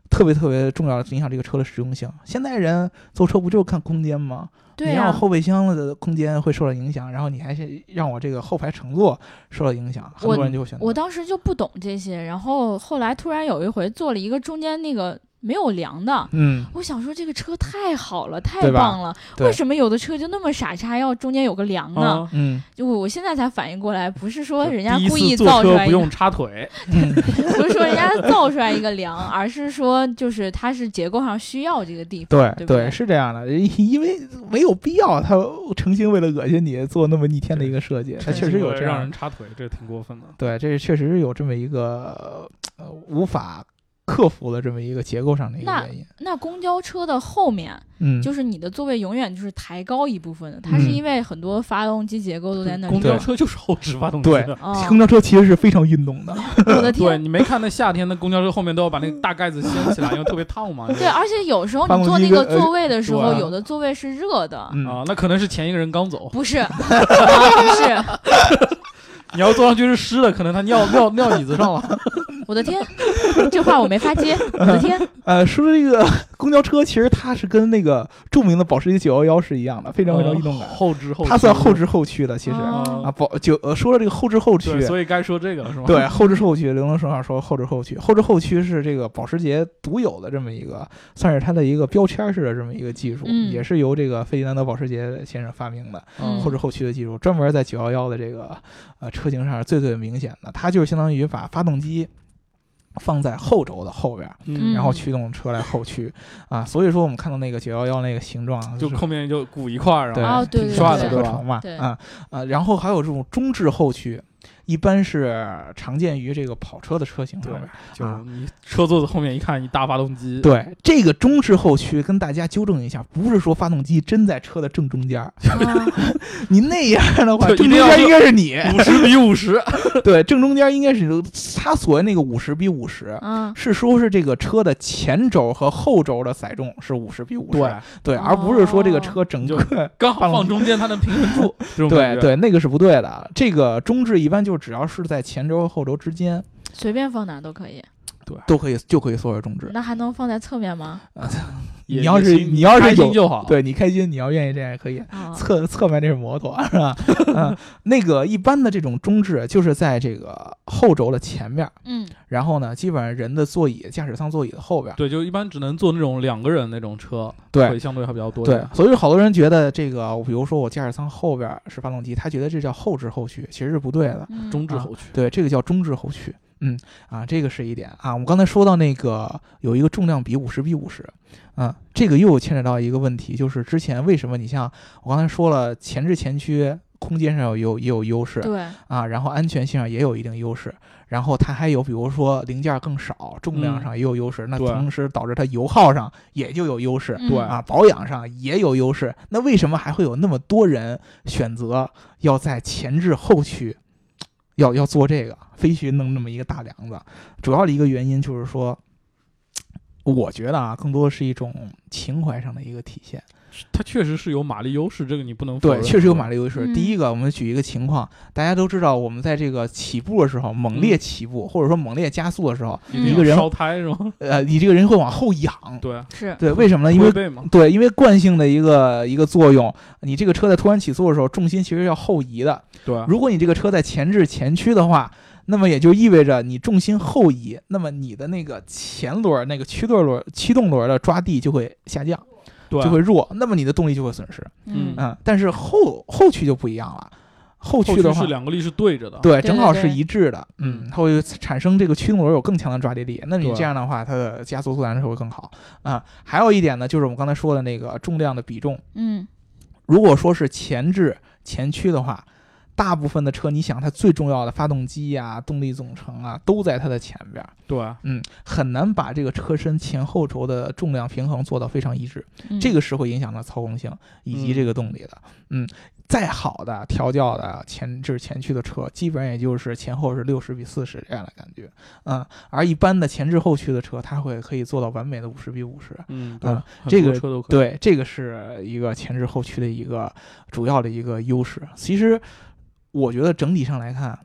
S3: 特别特别重要，影响这个车的实用性。现代人坐车不就是看空间吗？
S2: 对啊
S3: 你让我
S2: 呀，
S3: 后备箱的空间会受到影响，然后你还是让我这个后排乘坐受到影响，很
S2: 我
S3: 多人就会选择
S2: 我当时就不懂这些，然后后来突然有一回坐了一个中间那个没有梁的，
S3: 嗯，
S2: 我想说这个车太好了，太
S3: 对吧
S2: 棒了，
S3: 对
S2: 为什么有的车就那么傻叉要中间有个梁呢？
S4: 啊，
S3: 嗯
S2: 就我我现在才反应过来，不是说
S4: 就
S2: 人家
S4: 第一
S2: 故意
S4: 次坐
S2: 造出
S4: 车
S2: 来一
S4: 不
S2: 个，
S4: 用 插腿，
S3: 嗯，
S2: 不是说人家造出来一个梁，而是说就是它是结构上需要这个地方。
S3: 对
S2: 对不对
S3: 是这样的，因为没有必要，他诚心为了恶心你做那么逆天的一个设计，他确实有这
S4: 让
S3: 样
S4: 人插腿，这挺过分的。
S3: 对，这确实是有这么一个呃无法克服的这么一个结构上的一个
S2: 那
S3: 原因。
S2: 那公交车的后面，
S3: 嗯，
S2: 就是你的座位永远就是抬高一部分的，它是
S3: 嗯
S2: 因为很多发动机结构都在那里。
S4: 公交
S3: 对
S4: 车就是后置发动机
S3: 对
S4: 的。
S2: 哦，
S3: 公交车其实是非常运动的，
S2: 我的
S4: 对
S2: 天！
S4: 你没看那夏天的公交车后面都要把那个大盖子掀起来，因为特别烫嘛。
S2: 对，而且有时候
S3: 发
S2: 你
S3: 动
S2: 坐
S3: 机
S2: 那个
S3: 跟呃
S2: 座位的时候，
S4: 对啊
S2: 有的座位是热的，
S4: 啊
S3: 嗯，，
S4: 那可能是前一个人刚走，
S2: 不是，啊不是，
S4: 你要坐上去是湿的，可能他尿尿尿椅子上了。
S2: 我的天，这话我没法接，我的天，
S3: 呃，说这个公交车，其实它是跟那个著名的保时捷911是一样的，非常非常运动感，
S4: 啊后置后置，
S3: 它算后置后驱的， 其实
S2: 哦
S3: 啊，保就呃说了这个后置后驱
S4: 对，，所以该说这个了是吗？
S2: 嗯
S4: 啊
S3: 对，后置后驱，刘能手上说后置后驱，后置后驱是这个保时捷独有的这么一个，算是它的一个标签式的这么一个技术，
S2: 嗯
S3: 也是由这个费迪南德保时捷先生发明的。
S2: 嗯
S3: 后置后驱的技术，专门在911的这个呃车型上是最最明显的。它就是相当于把发动机放在后轴的后边儿，
S4: 嗯，
S3: 然后驱动车来后驱啊。所以说我们看到那个911那个形状
S4: 就是后面就鼓一块儿，
S3: 嗯对
S4: 然后
S2: 哦对
S3: 挺
S2: 对
S3: 帅
S2: 对
S3: 的
S4: 对
S3: 合成嘛
S2: 对，
S3: 啊啊，然后还有这种中置后驱，一般是常见于这个跑车的车型上
S4: 对
S3: 面。，
S4: 就
S3: 啊
S4: 你车座子后面一看，一大发动机，
S3: 对这个中置后驱，跟大家纠正一下，不是说发动机真在车的正中间儿，
S2: 啊
S3: 你那样的话，
S4: 就
S3: 正
S4: 一
S3: 中
S4: 定要
S3: 间
S4: 是
S3: 应该是你，
S4: 五十比五十，
S3: 对，正中间应该是它所谓那个五十比五十，
S2: 嗯，
S3: 是说是这个车的前轴和后轴的载重是五十比五十，
S4: 对，哦
S3: 对，而不是说这个车整
S4: 就
S3: 个
S4: 刚好放中间，它能平衡住， 这种
S3: 对
S4: 感觉。
S3: 对，那个是不对的。这个中置一般就是只要是在前轴和后轴之间
S2: 随便放哪都可以，
S3: 都可以就可以作为中置。
S2: 那还能放在侧面吗？
S4: 也
S3: 你要是
S4: 也行
S3: 你要是
S4: 开心
S3: 有
S4: 就好，
S3: 对你开心，你要愿意这样也可以。
S2: 啊，
S3: 侧侧面那是摩托是吧？嗯，那个一般的这种中置就是在这个后轴的前面，
S2: 嗯，
S3: 然后呢，基本上人的座椅驾驶舱座椅的后边。
S4: 对，就一般只能坐那种两个人那种车，
S3: 对
S4: 会，相对还比较多一
S3: 对
S4: 点。，
S3: 所以好多人觉得这个，比如说我驾驶舱后边儿是发动机，他觉得这叫后置后驱，其实是不对的。
S2: 嗯
S4: 中置后驱，
S3: 对，这个叫中置后驱。嗯啊，这个是一点啊。我们刚才说到那个有一个重量比五十比五十，嗯，这个又牵扯到一个问题，就是之前为什么你像我刚才说了前置前驱空间上有优也有优势
S2: 对，
S3: 啊，然后安全性上也有一定优势，然后它还有比如说零件更少，重量
S4: 嗯
S3: 上也有优势，那
S4: 对
S3: 同时导致它油耗上也就有优势。
S2: 嗯
S4: 对
S3: 啊，保养上也有优势，那为什么还会有那么多人选择要在前置后驱，要要做这个飞驱弄那么一个大梁子？主要的一个原因就是说，我觉得啊，更多是一种情怀上的一个体现。
S4: 它确实是有马力优势，这个你不能否
S3: 对，
S4: 认。
S3: 确实有马力优势。
S2: 嗯
S3: 第一个，我们举一个情况，大家都知道，我们在这个起步的时候，猛烈起步、或者说猛烈加速的时候，
S2: 嗯
S4: 定
S3: 一个人
S4: 要烧胎是吗？
S3: 呃，你这个人会往后仰。
S4: 对，
S2: 是，
S3: 对，为什么呢？因为
S4: 推背嘛，
S3: 对，因为惯性的一个一个作用，你这个车在突然起速的时候，重心其实要后移的。
S4: 对，
S3: 如果你这个车在前置前驱的话，那么也就意味着你重心后移，那么你的那个前轮儿那个驱动轮儿驱动轮儿的抓地就会下降，
S4: 对
S3: 就会弱，那么你的动力就会损失。
S2: 嗯
S4: 嗯
S3: 嗯，但是后后驱就不一样了，后
S4: 后
S3: 驱的
S4: 驱
S3: 话
S4: 是。两个力是对着的。
S3: 对，
S2: 对
S3: 正好
S2: 对
S3: 是
S2: 对
S3: 一致的，嗯，它会产生这个驱动轮有更强的抓地力。那你
S4: 对
S3: 这样的话，它的加速自然是会更好啊、还有一点呢，就是我们刚才说的那个重量的比重，
S2: 嗯
S3: 如果说是前置前驱的话，大部分的车，你想它最重要的发动机呀、动力总成啊，都在它的前边儿，
S4: 对，
S3: 嗯，很难把这个车身前后轴的重量平衡做到非常一致，
S2: 嗯，
S3: 这个是会影响到操控性以及这个动力的，嗯。再好的调教的前置前驱的车，基本上也就是前后是六十比四十这样的感觉，嗯，而一般的前置后驱的车，它会可以做到完美的五十比五十，
S4: 嗯，对
S3: 嗯，
S4: 很
S3: 这
S4: 多
S3: 个
S4: 车都可以。
S3: 对，这个是一个前置后驱的一个主要的一个优势。其实我觉得整体上来看，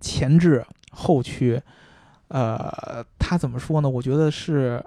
S3: 前置后驱，呃，它怎么说呢？我觉得是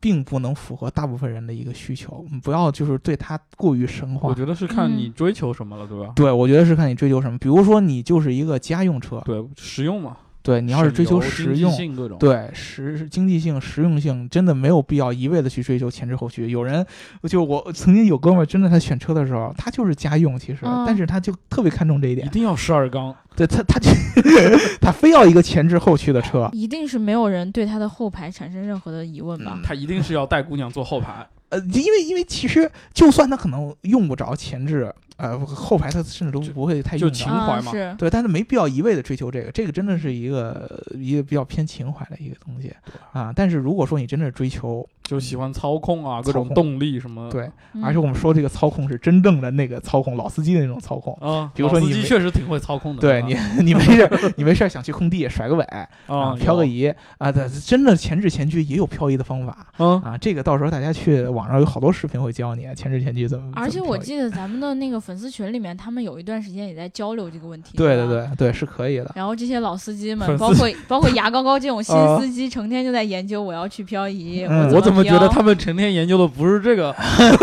S3: 并不能符合大部分人的一个需求。嗯不要就是对它过于神
S4: 我
S3: 话。
S4: 觉得是看
S2: 嗯
S4: 你追求什么了，对吧？
S3: 对，我觉得是看你追求什么。比如说，你就是一个家用车，
S4: 对，实用嘛。
S3: 对你要是
S4: 省
S3: 追求
S4: 油
S3: 实
S4: 经济
S3: 用，
S4: 性各种。
S3: 对实经济性、实用性，真的没有必要一味的去追求前置后驱。有人就我曾经有哥们儿，真的他选车的时候，他就是家用，其实，
S2: 嗯
S3: 但是他就特别看重这一
S4: 一
S3: 点，
S4: 定要十二缸，
S3: 对他他就 他非要一个前置后驱的车，
S2: 一定是没有人对它的后排产生任何的疑问
S3: 嗯
S2: 吧？
S4: 他一定是要带姑娘坐后排。
S3: 呃，因为因为其实就算他可能用不着前置，呃，后排他甚至都
S4: 就
S3: 不会太
S4: 就
S3: 用
S4: 情
S3: 到。
S4: 怀
S2: 啊
S4: 嘛
S2: 是，
S3: 对，但是没必要一味的追求这个，这个真的是一个一个比较偏情怀的一个东西啊。但是如果说你真的追求，
S4: 就喜欢操控啊，各
S3: 操
S4: 种
S3: 控
S4: 动力什么。
S3: 对
S2: 嗯
S3: 而且我们说这个操控是真正的那个操控，老司机的那种操
S2: 嗯
S3: 控，
S4: 啊，
S3: 比如说
S4: 老
S3: 你
S4: 司机
S3: 没
S4: 确实挺会操控的。
S3: 对
S4: 吧
S3: 你，你没事儿，你没事儿想去空地甩个尾
S4: 啊，
S3: 漂个
S4: 有
S3: 移啊，
S2: 嗯
S3: 对，真的前置前驱也有漂移的方法
S4: 嗯，
S3: 啊。这个到时候大家去网上有好多视频会教你啊前置前驱怎么。
S2: 而且
S3: 怎么
S2: 我
S3: 漂移
S2: 记得咱们的那个粉丝群里面，他们有一段时间也在交流这个问题。
S3: 对
S2: 吧
S3: 对。对对是可 以的。
S2: 然后这些老司机们，
S4: 粉
S2: 包
S4: 丝
S2: 括包括牙膏膏这种 新
S3: 啊
S2: 司机，成天就在研究我要去漂移，
S3: 嗯
S4: 我
S2: 怎
S4: 怎么觉
S2: 漂
S4: 得他们成天研究的不是这个，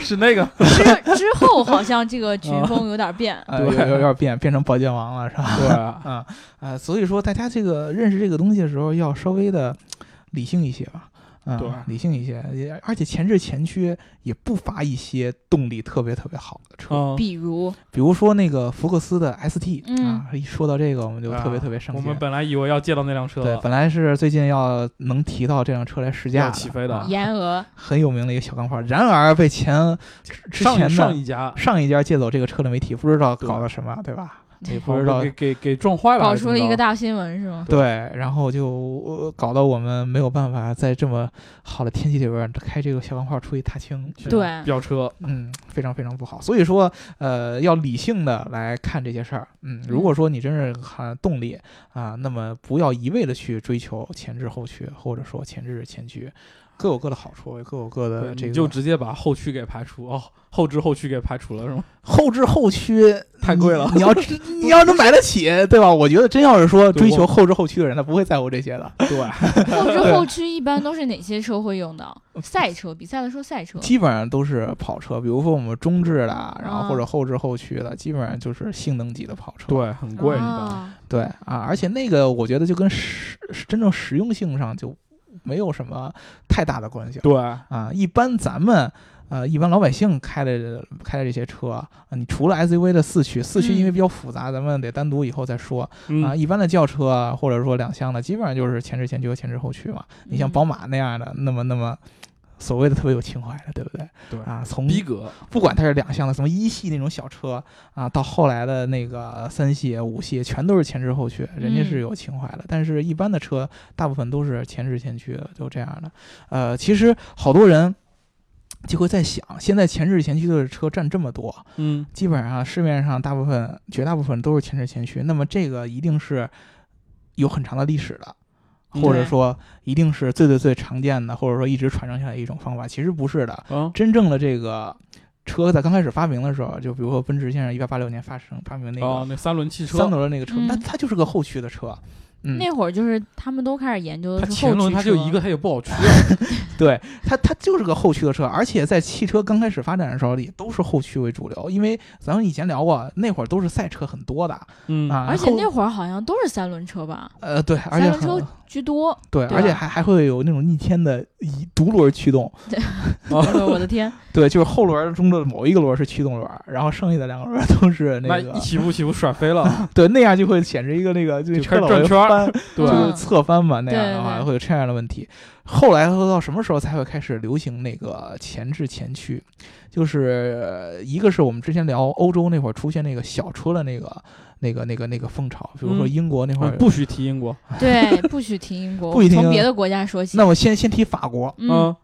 S4: 是那个？
S2: 之之后好像这个群风有点 变。
S3: 呃，
S4: 对
S3: 有有点变变成保健王了 是吧？
S4: 对，
S3: 啊啊，所以说大家这个认识这个东西的时候要稍微的理性一些吧。嗯，
S4: 对
S3: 理性一些，也而且前置前驱也不乏一些动力特别特别好的车，
S4: 嗯，
S2: 比如，
S3: 比如说那个福克斯的 ST、
S2: 嗯
S3: 啊，一说到这个我们就特别特别上
S4: 啊我
S3: 心。
S4: 们本来以为要借到那辆车
S3: 对，
S4: 了，
S3: 本来是最近要能提到这辆车来试驾
S4: 要起飞的
S3: 啊
S2: 延 额
S3: 很有名的一个小钢炮，然而被前之
S4: 上
S3: 前
S4: 一
S3: 的
S4: 上一家
S3: 上一家借走这个车的媒体不知道搞了什么，对吧？也不知道
S4: 给给给撞坏了，
S2: 搞出了一个。大新闻，是 吗？
S3: 对，然后就、呃搞得我们没有办法在这么好的天气里边儿开这个小钢炮出去踏青，
S4: 是
S2: 对
S4: 飙车，
S3: 嗯，非常非常不好。所以说，呃，要理性的来看这些事儿。嗯，如果说你真是看动力啊、那么不要一味的去追求前置后驱，或者说前置前驱，各有各的好处，各有各的这
S4: 你
S3: 个。
S4: 就直接把后驱给排除哦，后置后驱给排除了是吗？
S3: 后置后驱
S4: 太贵了
S3: 你你要知你要能买得起，对吧？我觉得真要是说
S4: 对
S3: 追
S4: 我
S3: 求后置后驱的人，他不会在乎这些的。
S4: 对，
S2: 后置后驱一般都是哪些车会用到？赛车，比赛的时候赛车。
S3: 基本上都是跑车，比如说我们中置的，然
S2: 啊
S3: 后或者后置后驱的，基本上就是性能级的跑车。
S4: 对，很贵一般。
S2: 啊，
S3: 对啊，而且那个我觉得就跟实实真正实用性上就没有什么太大的关系了
S4: 对，
S3: 啊。一般咱们呃一般老百姓开的呃开的这些车，啊你除了 SUV 的四驱，四驱因为
S2: 嗯
S3: 比较复杂，咱们得单独以后再说啊。
S4: 嗯，
S3: 一般的轿车啊或者说两厢的，基本上就是前置前驱和前置后驱嘛。你像
S2: 嗯
S3: 宝马那样的，那么那么。所谓的特别有情怀的，对不对？
S4: 对
S3: 啊，从
S4: 逼格，
S3: 不管它是两厢的，从一系那种小车啊，到后来的那个三系、五系，全都是前置后驱，人家是有情怀的。但是，一般的车大部分都是前置前驱的，就这样的。呃，其实好多人就会在想，现在前置前驱的车占这么多，
S4: 嗯，
S3: 基本上市面上大部分、绝大部分都是前置前驱，那么这个一定是有很长的历史的。
S4: 嗯
S3: 或者说，一定是最最最常见的，或者说一直传承下来的一种方法，其实不是的。
S4: 啊，
S3: 真正的这个车在刚开始发明的时候，就比如说奔驰先生一八八六年发生发明那
S4: 哦，
S3: 个
S4: 那三轮汽车，
S3: 三轮的那个车
S2: 嗯，
S3: 那、它就是个后驱的车。嗯，
S2: 那会儿就是他们都开始研究的
S4: 它
S2: 是后
S4: 前轮
S2: 驱
S4: 它就
S2: 车
S4: 一个，它也不 好驱啊，
S3: 对它它就是个后驱的车，而且在汽车刚开始发展的时候，也都是后驱为主流，因为咱们以前聊过，那会儿都是赛车很多的
S4: 嗯
S3: 啊，
S2: 而且那
S3: 后
S2: 会儿好像都是三轮车吧，
S3: 呃对，而
S2: 三
S3: 且
S2: 轮车
S3: 很
S2: 居多。
S3: 对，
S2: 对啊
S3: 而且
S2: 吧
S3: 还还会有那种逆天的以独轮驱动，
S2: 我的哎我的天，
S3: 对，就是后轮中的某一个轮是驱动轮，然后剩下的两个轮都是
S4: 那
S3: 那个
S4: 一起步起步甩飞 了，
S3: 对，那样就会显示一个那个就
S4: 就
S3: 车
S4: 开始
S3: 老
S4: 转
S3: 会
S4: 圈儿
S3: 翻，
S4: 对啊
S3: 就
S2: 嗯
S3: 是侧翻嘛，那样的
S2: 对
S3: 话
S2: 对
S3: 会有这样的问题。后来都到什么时候才会开始流行那个前置前驱？就是呃一个是我们之前聊欧洲那会儿出现那个小车的那个那个那个那个风潮，比如说
S4: 嗯
S3: 英国那会儿
S4: 啊
S3: 有。
S4: 不许提英国，
S2: 对，不许提英国，
S3: 不许
S4: 啊
S3: 提英
S2: 从
S3: 国
S2: 别的国家说起。
S3: 那我先先提法国，
S4: 哦
S2: 嗯，，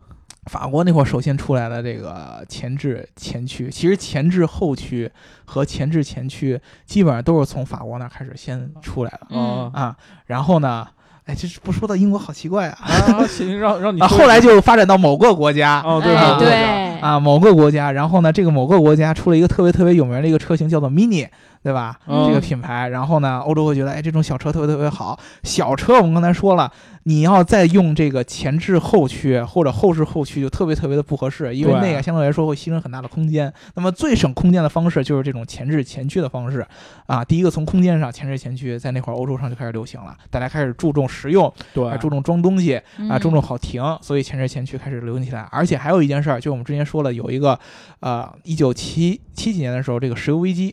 S3: 法国那会儿首先出来的这个前置前驱，其实前置后驱和前置前驱基本上都是从法国那开始先出来的
S4: 啊
S3: 啊。然后呢，哎，这是不说到英国好奇怪啊。
S4: 啊，行，让让你
S3: 啊，
S4: 说
S3: 后
S4: 一
S3: 来
S4: 句
S3: 就发展到某个国家
S4: 哦，对
S2: 哎
S3: 啊
S4: 对，
S2: 对，
S3: 啊，某个国家，然后呢，这个某个国家出了一个特别特别有名的一个车型，叫做 Mini，对吧？
S4: 嗯
S3: 这个品牌，然后呢，欧洲会觉得，哎，这种小车特别特别好。小车我们刚才说了，你要再用这个前置后驱或者后置后驱，就特别特别的不合适，因为
S4: 对
S3: 那个相对来说会牺牲很大的空间。那么最省空间的方式就是这种前置前驱的方式啊。第一个从空间上，前置前驱在那会儿欧洲上就开始流行了，大家开始注重实用，啊，
S4: 对，
S3: 注重装东西，啊，
S2: 嗯
S3: 重重好停，所以前置前驱开始流行起来。而且还有一件事儿，就我们之前说了，有一个，呃，一九七七几年的时候，这个石油危机，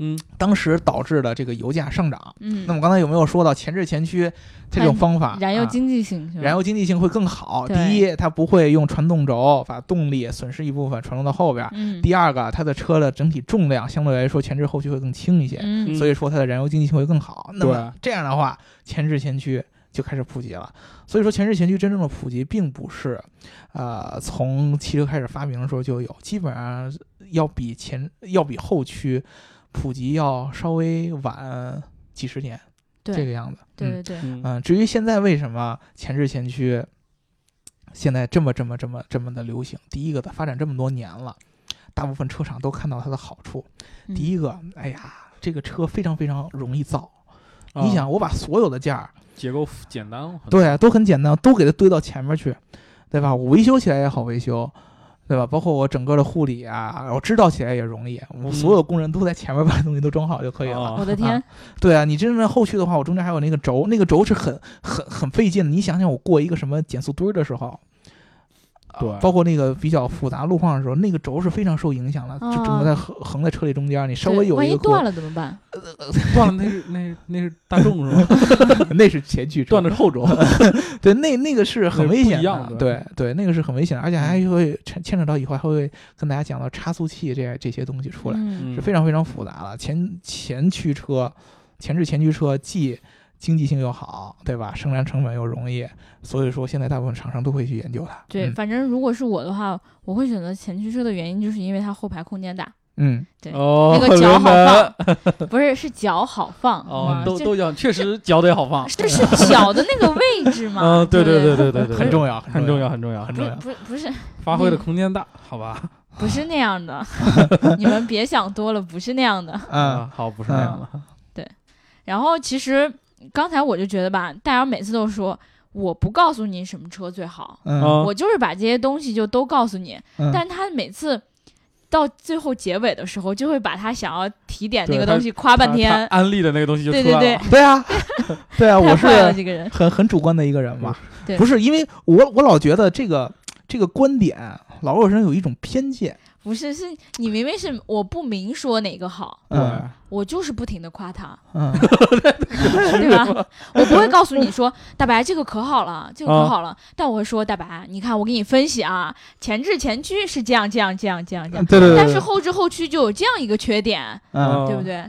S4: 嗯，
S3: 当时导致的这个油价上涨。
S2: 嗯，
S3: 那么刚才有没有说到前置前驱这种方法？
S2: 燃油
S3: 啊
S2: 经济性，是吧
S3: 燃油经济性会更好。
S2: 对
S3: 第一，它不会用传动轴把动力损失一部分传送到后边儿；
S2: 嗯，
S3: 第二个，它的车的整体重量相对来说前置后驱会更轻一些。
S2: 嗯
S3: 所以说它的燃油经济性会更好。那么
S4: 对
S3: 这样的话，前置前驱就开始普及了。所以说，前置前驱真正的普及，并不是，呃，从汽车开始发明的时候就有，基本上要比前要比后驱普及要稍微晚几十年，
S2: 对
S3: 这个样子。
S2: 对
S3: 嗯
S2: 对对，
S4: 嗯
S3: 嗯，至于现在为什么前置前驱现在这么这么这么这么的流行，第一个它发展这么多年了，大部分车厂都看到它的好处。
S2: 嗯
S3: 第一个，哎呀，这个车非常非常容易造。
S4: 啊
S3: 你想，我把所有的件儿，
S4: 结构简单很多，
S3: 对，啊都很简单，都给它堆到前面去，对吧？我维修起来也好维修，对吧？包括我整个的护理啊，我知道起来也容易，我
S4: 嗯
S3: 所有工人都在前面把东西都装好就可以了。
S4: 啊
S2: 我的天，
S3: 对啊，你真正后续的话，我中间还有那个轴，那个轴是很很很费劲的。你想想，我过一个什么减速墩儿的时候。啊
S4: 对
S3: 包括那个比较复杂路况的时候，那个轴是非常受影响的，就整
S2: 啊
S3: 个在横横在车里中间，你稍
S2: 对
S3: 微有
S2: 万一
S3: 一个呃
S2: 断了怎么办？
S4: 断了那是那是那是大众是 吧？
S3: 那是前驱车
S4: 断的是后轴，
S3: 对，那那个是很危险的，
S4: 那是不一样的嗯
S3: 对对，那个是很危险的，而且还会牵牵扯到以后还会跟大家讲到差速器这这些东西出来，
S2: 嗯
S3: 是非常非常复杂的。前前驱车、前置前驱车既经济性又好，对吧？生产成本又容易，所以说现在大部分厂商都会去研究它。
S2: 对，
S3: 嗯
S2: 反正如果是我的话，我会选择前驱车的原因，就是因为它后排空间 大，
S3: 嗯，
S2: 对
S4: 哦，
S2: 那个脚好
S4: 轮
S2: 放
S4: 门，
S2: 不是是脚好放
S4: 哦
S2: 啊，，
S4: 都
S2: 这
S4: 都要，确实脚得好放，
S2: 这是 脚的那个位置嘛？
S4: 嗯，对
S2: 对嗯
S4: 对对对对，
S3: 很重要，
S4: 要很重
S3: 要。
S4: 要，很重要，很
S2: 不
S4: 重
S2: 是
S4: 要，
S2: 不是不是
S4: 发挥的空间大，好吧？
S2: 不是那样 的，你们别想多了，不是那样的。
S3: 嗯，
S4: 啊，好，不是那样了，
S2: 然后其实刚才我就觉得吧，大姚每次都说我不告诉你什么车最好，
S4: 哦啊
S3: 嗯
S2: 我就是把这些东西就都告诉你，
S3: 嗯，
S2: 但他每次。到最后结尾的时候，就会把他想要提点那
S4: 对
S2: 个
S4: 他
S2: 东西夸
S4: 他
S2: 半天
S4: 他，安利的那个东西就出
S2: 对
S4: 来
S2: 对
S4: 了，
S2: 对，
S3: 对 啊，对啊，
S2: 太
S3: 我是
S2: 坏了这个人。
S3: 很很主观的一个人嘛
S2: 对，
S3: 不是因为我我老觉得这个这个观点，啊老肉身有一种偏见。
S2: 不是，是你明明是我不明说哪个好，
S3: 嗯
S2: 我就是不停的夸 他，
S3: 嗯，
S2: 对吧？我不会告诉你说大白这个可好了，这个可
S4: 啊
S2: 好了，但我会说大白，你看我给你分析啊，前置前驱是这样这样这样这样这样，
S3: 对对对，
S2: 但是后置后驱就有这样一个缺点，
S3: 嗯，
S2: 对不对？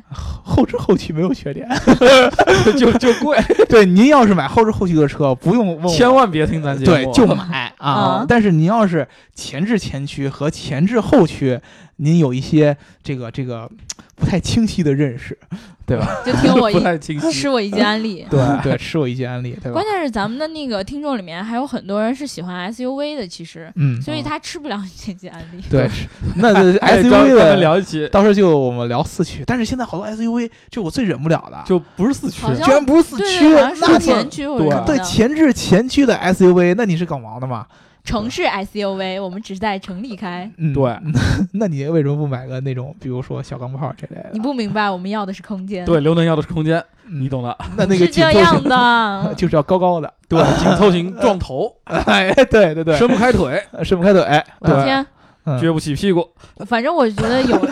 S3: 后置后驱没有缺点。
S4: 对？ 就就 贵，
S3: 对，您要是买后置后驱的车，不用问我，
S4: 千万别听咱节目。
S3: 对就 买啊
S2: 啊。
S3: 但是您要是前置前驱和前置后驱，您有一些这个这个不太清晰的认识，对吧？
S2: 就 听我
S4: 不
S2: 一
S4: 太清 晰。
S2: 吃我一记案例。
S3: 对对，吃我一记安利， 对吧
S2: 关？键是咱们的那个听众里面还有很多人是喜欢 SUV 的，其实，
S3: 嗯，
S2: 所以他吃不了这些案例。
S3: 对， 那这
S4: 哎咱
S3: SUV
S4: 咱们
S3: 的，
S4: 聊一起，
S3: 到时候就我们聊四驱。但是现在好多 SUV，这我最忍不了的，
S4: 就不是四驱，
S2: 好像
S3: 居然不是四
S2: 对
S3: 驱
S2: 对，，好像
S3: 那
S2: 是
S3: 你
S2: 前驱或者
S4: 对
S2: 什么
S3: 对
S2: 的
S3: 前置前驱的 SUV，那你是港王的嘛？
S2: 城市 SUV，我们只是在城里开。
S3: 嗯，
S4: 对。
S3: 那你为什么不买个那种，比如说小钢炮这类的？
S2: 你不明白，我们要的是空间，
S4: 对，刘能要的是空间，
S3: 嗯
S4: 你 懂的。
S3: 那那个
S2: 是
S3: 紧
S2: 这
S3: 凑
S2: 样
S3: 型。
S2: 的
S3: 就是要高 高的，
S4: 对，紧凑型撞头，
S3: 哎，对 对对，
S4: 伸不开腿，
S3: 伸不开腿，
S4: 对
S2: 天，
S3: 嗯
S4: 撅不起屁股。
S2: 反正我觉得 有。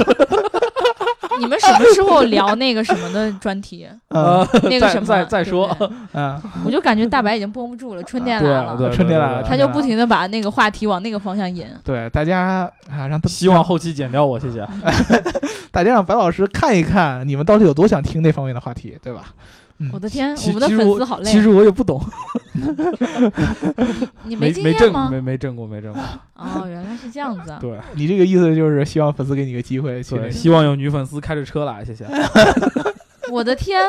S2: 你们什么时候聊那个什么的专题？
S3: 嗯
S2: 那个
S4: 呃再
S2: 什么
S4: 再再
S2: 对
S4: 说
S2: 不对
S3: 嗯，
S2: 我就感觉大白已经绷不住了，春天来
S4: 对啊
S2: 了，
S4: 对
S3: 春天来了
S4: 对
S2: 他就不停的把那个话题往那个方向引。
S4: 嗯
S3: 对，大家啊，让他
S4: 希望后期剪掉 我，谢谢。
S3: 大家让白老师看一看，你们到底有多想听那方面的话题，对吧？嗯
S2: 我的天，我
S4: 其
S2: 们的
S4: 其实
S2: 粉丝
S4: 我
S2: 好累
S4: 其
S2: 啊。
S4: 实我也不懂，
S2: 你
S4: 没
S2: 经
S4: 没
S2: 验
S4: 挣
S2: 吗？
S4: 没没挣过，没挣过。
S2: 哦，原来是这样 子啊。
S4: 对
S3: 你这个意思就是希望粉丝给你个机会去
S4: 对，希望有女粉丝开着车来， 谢谢。
S2: 我的天，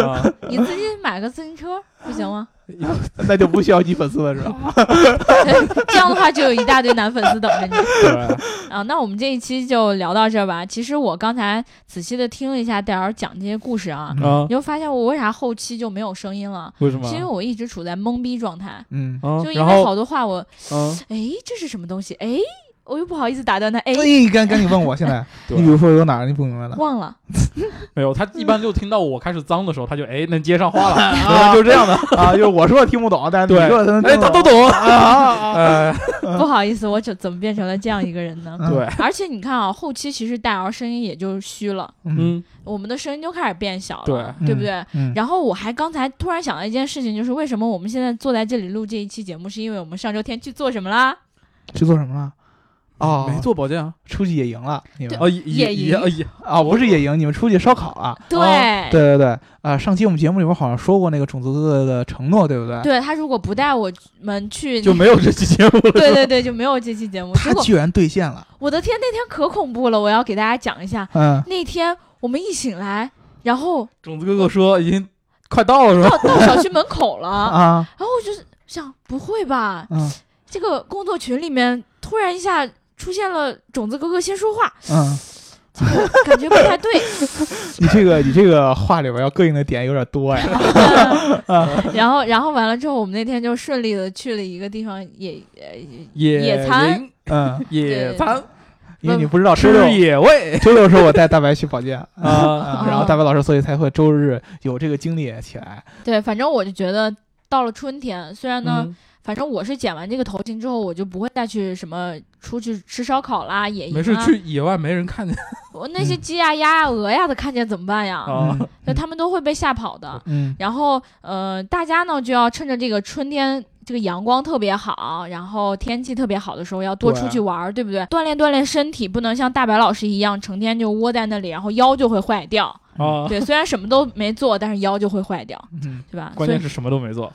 S4: 啊，
S2: 你自己买个自行车不行吗？
S3: 那就不需要你粉丝了，是吧？
S2: 这样的话就有一大堆男粉丝等着你。
S4: 对，
S2: 啊，那我们这一期就聊到这儿吧。其实我刚才仔细的听了一下戴尔讲这些故事啊，
S4: 啊
S2: 你，就发现我为啥后期就没有声音了，
S4: 为什么
S2: 是因为？我一直处在懵逼状态，
S3: 嗯，
S4: 啊
S2: 就，因
S4: 然
S2: 为
S4: 后
S2: 好多话我，
S4: 嗯，
S2: 哎，这是什么东西？哎，我又不好意思打断他， 哎，
S3: 所以赶赶紧问我现在，
S4: 对
S3: 你比如说有哪儿你不明白的？
S2: 忘了。
S4: 没有，他一般就听到我开始脏的时候，他就哎能接上话了， 然后就这样的，
S3: 啊，就是我说的听不懂，但是你
S4: 对
S3: 说的能
S4: 哎，
S3: 听
S4: 他
S3: 懂
S4: 都懂，
S3: 啊啊啊！
S4: 哎，
S2: 不好意思，我怎怎么变成了这样一个人呢？
S3: 嗯
S4: 对，
S2: 而且你看啊，后期其实戴瑶声音也就虚了，
S3: 嗯
S4: 嗯，
S2: 我们的声音就开始变小了，
S3: 对
S2: 不对？
S3: 嗯，
S2: 然后我还刚才突然想到一件事情，就是为什么我们现在坐在这里录这一期节目，是因为我们上周天去做什么
S4: 哦
S2: 啦？
S3: 去做什么了？哦，
S4: 没做保健啊，
S3: 出去野营了，你们
S4: 啊也
S2: 野
S4: 也
S2: 营
S4: 也
S3: 啊，不是野营，你们出去烧烤了。
S2: 对、
S3: 对对对，啊、上期我们节目里边好像说过那个种族的的承诺，对不对？
S2: 对他如果不带我们去，
S4: 就没有这期节目了，
S2: 对对对，就没有这期节目。
S3: 他
S2: 结果
S3: 居然兑现了，
S2: 我的天，那天可恐怖了，我要给大家讲一下。
S3: 嗯，
S2: 那天我们一醒来，然后
S4: 种子哥哥说已经快到了是吧？
S2: 到到小区门口 了，
S3: 啊，
S2: 然后我就是想，不会吧？
S3: 嗯
S2: 这个工作群里面突然一下出现了种子哥哥先说话，
S3: 嗯，
S2: 这个感觉不太对。
S3: 你这个你这个话里边要膈应的点有点多 呀，
S4: 嗯
S2: 然后，然后完了之后，我们那天就顺利的去了一个地方野，呃野餐
S4: 营
S3: 嗯，
S4: 野餐
S3: 因为你不知道周
S4: 吃
S3: 六
S4: 野味
S3: 周六是我带大白去保健，
S4: 啊，
S3: 啊，然后大白老师所以才会周日有这个精力起来，
S2: 对，反正我就觉得到了春天，虽然呢，
S4: 嗯
S2: 反正我是剪完这个头巾之后，我就不会再去什么出去吃烧烤啦、野营
S4: 没事
S2: 啊。
S4: 去嗯野外没人看见
S2: 我那些鸡呀、鸭呀、鹅呀的看见怎么办呀？
S4: 啊
S3: 嗯
S2: 就他们都会被吓跑
S4: 哦
S2: 的。
S3: 嗯
S2: 然后，呃，大家呢就要趁着这个春天，这个阳光特别好，然后天气特别好的时候，要多
S4: 对啊
S2: 出去玩儿，对不对？锻炼锻炼身体，不能像大白老师一样，成天就窝在那里，然后腰就会坏掉。
S4: 啊，
S2: 对，虽然什么都没做，但是腰就会坏掉，
S3: 嗯，
S2: 对吧？
S4: 关键是什么都没做，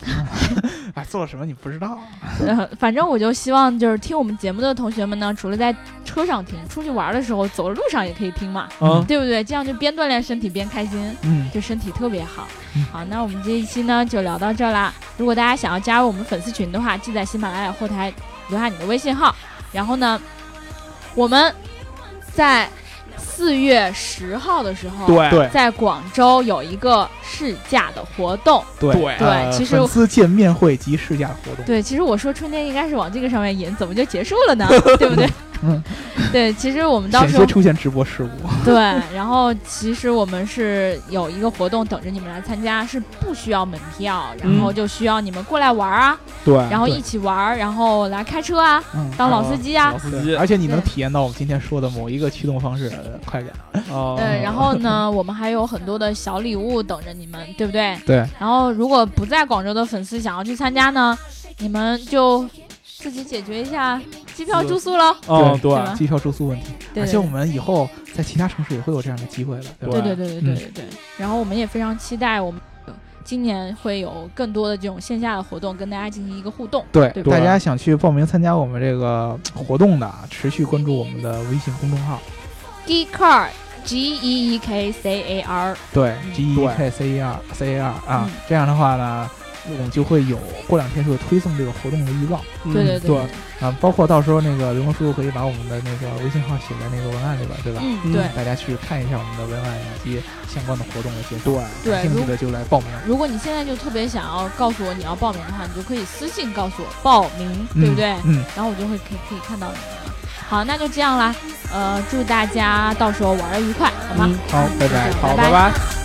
S3: 哎，做了什么你不知道，啊
S2: 所以、呃反正我就希望就是听我们节目的同学们呢，除了在车上听，出去玩儿的时候，走路上也可以听嘛，
S4: 啊，
S2: 对不对？这样就边锻炼身体边开心。
S3: 嗯，
S2: 对身体特别好
S3: 嗯。
S2: 好，那我们这一期呢就聊到这儿啦。如果大家想要加入我们粉丝群的话，记在喜马拉雅后台留下你的微信号。然后呢，我们在四月十号的时候，
S4: 对
S3: 对
S2: 在广州有一个试驾的活动。
S3: 对
S4: 对
S2: 对，
S4: 呃
S2: 其实
S3: 粉丝见面会及试驾活动，
S2: 对，其实我说春天应该是往这个上面引，怎么就结束了呢？对不对？
S3: 嗯，
S2: 对，其实我们到
S3: 险
S2: 时候
S3: 些出现直播事故，
S2: 对，然后其实我们是有嗯一个活动等着你们来参加，是不需要门票，然后就需要你们过来玩儿啊，
S5: 对，
S2: 然后
S3: 对
S2: 一起玩儿，然后来开车啊，
S3: 嗯，
S2: 当老司机啊
S4: 哦老，司
S3: 对
S4: 机
S3: 而且你能
S2: 对
S3: 体验到我们今天说的某一个驱动方式的快感。嗯
S4: 哦
S2: 对，呃然后 呢，我们还有很多的小礼物等着你们，对不对？
S3: 对，
S2: 然后如果不在广州的粉丝想要去参加呢，你们就自己解决一下机票、
S4: 是
S2: 住宿喽。
S4: 哦对
S2: 是吧
S3: 机票住宿问题，
S2: 对
S3: 而
S2: 对
S3: 且我们以后在其他城市也会有这样的机会了，对吧？
S2: 对对对对对对对。然后我们也非常期待我们今年会有更多的这种线下的活动跟大家进行一个互动。
S3: 对
S2: 对
S3: 大家想去报名参加我们这个活动的，持续关注我们的微信公众号，
S2: Geekcar G E E K C A R，
S3: 对
S2: 嗯
S3: G E K C E R C A R 啊
S2: 嗯，
S3: 这样的话呢，我们就会有过两天就会推送这个活动的预告
S4: 嗯
S2: 对对对
S3: 对，啊，包括到时候那个刘萌叔叔可以把我们的那个微信号写在那个文案里边，对吧？
S2: 嗯对。
S3: 大家去看一下我们的文案啊以及相关的活动的介绍，
S5: 对
S2: 对
S3: 感兴趣的就来报名。
S2: 如果你现在就特别想要告诉我你要报名的话，你就可以私信告诉我报名，对不对？
S3: 嗯，
S2: 然后我就会可以可以看到你们了。好，那就这样啦，呃，祝大家到时候玩的愉快，好吗？
S3: 嗯好，拜拜，
S2: 好拜拜
S3: 拜。
S1: 「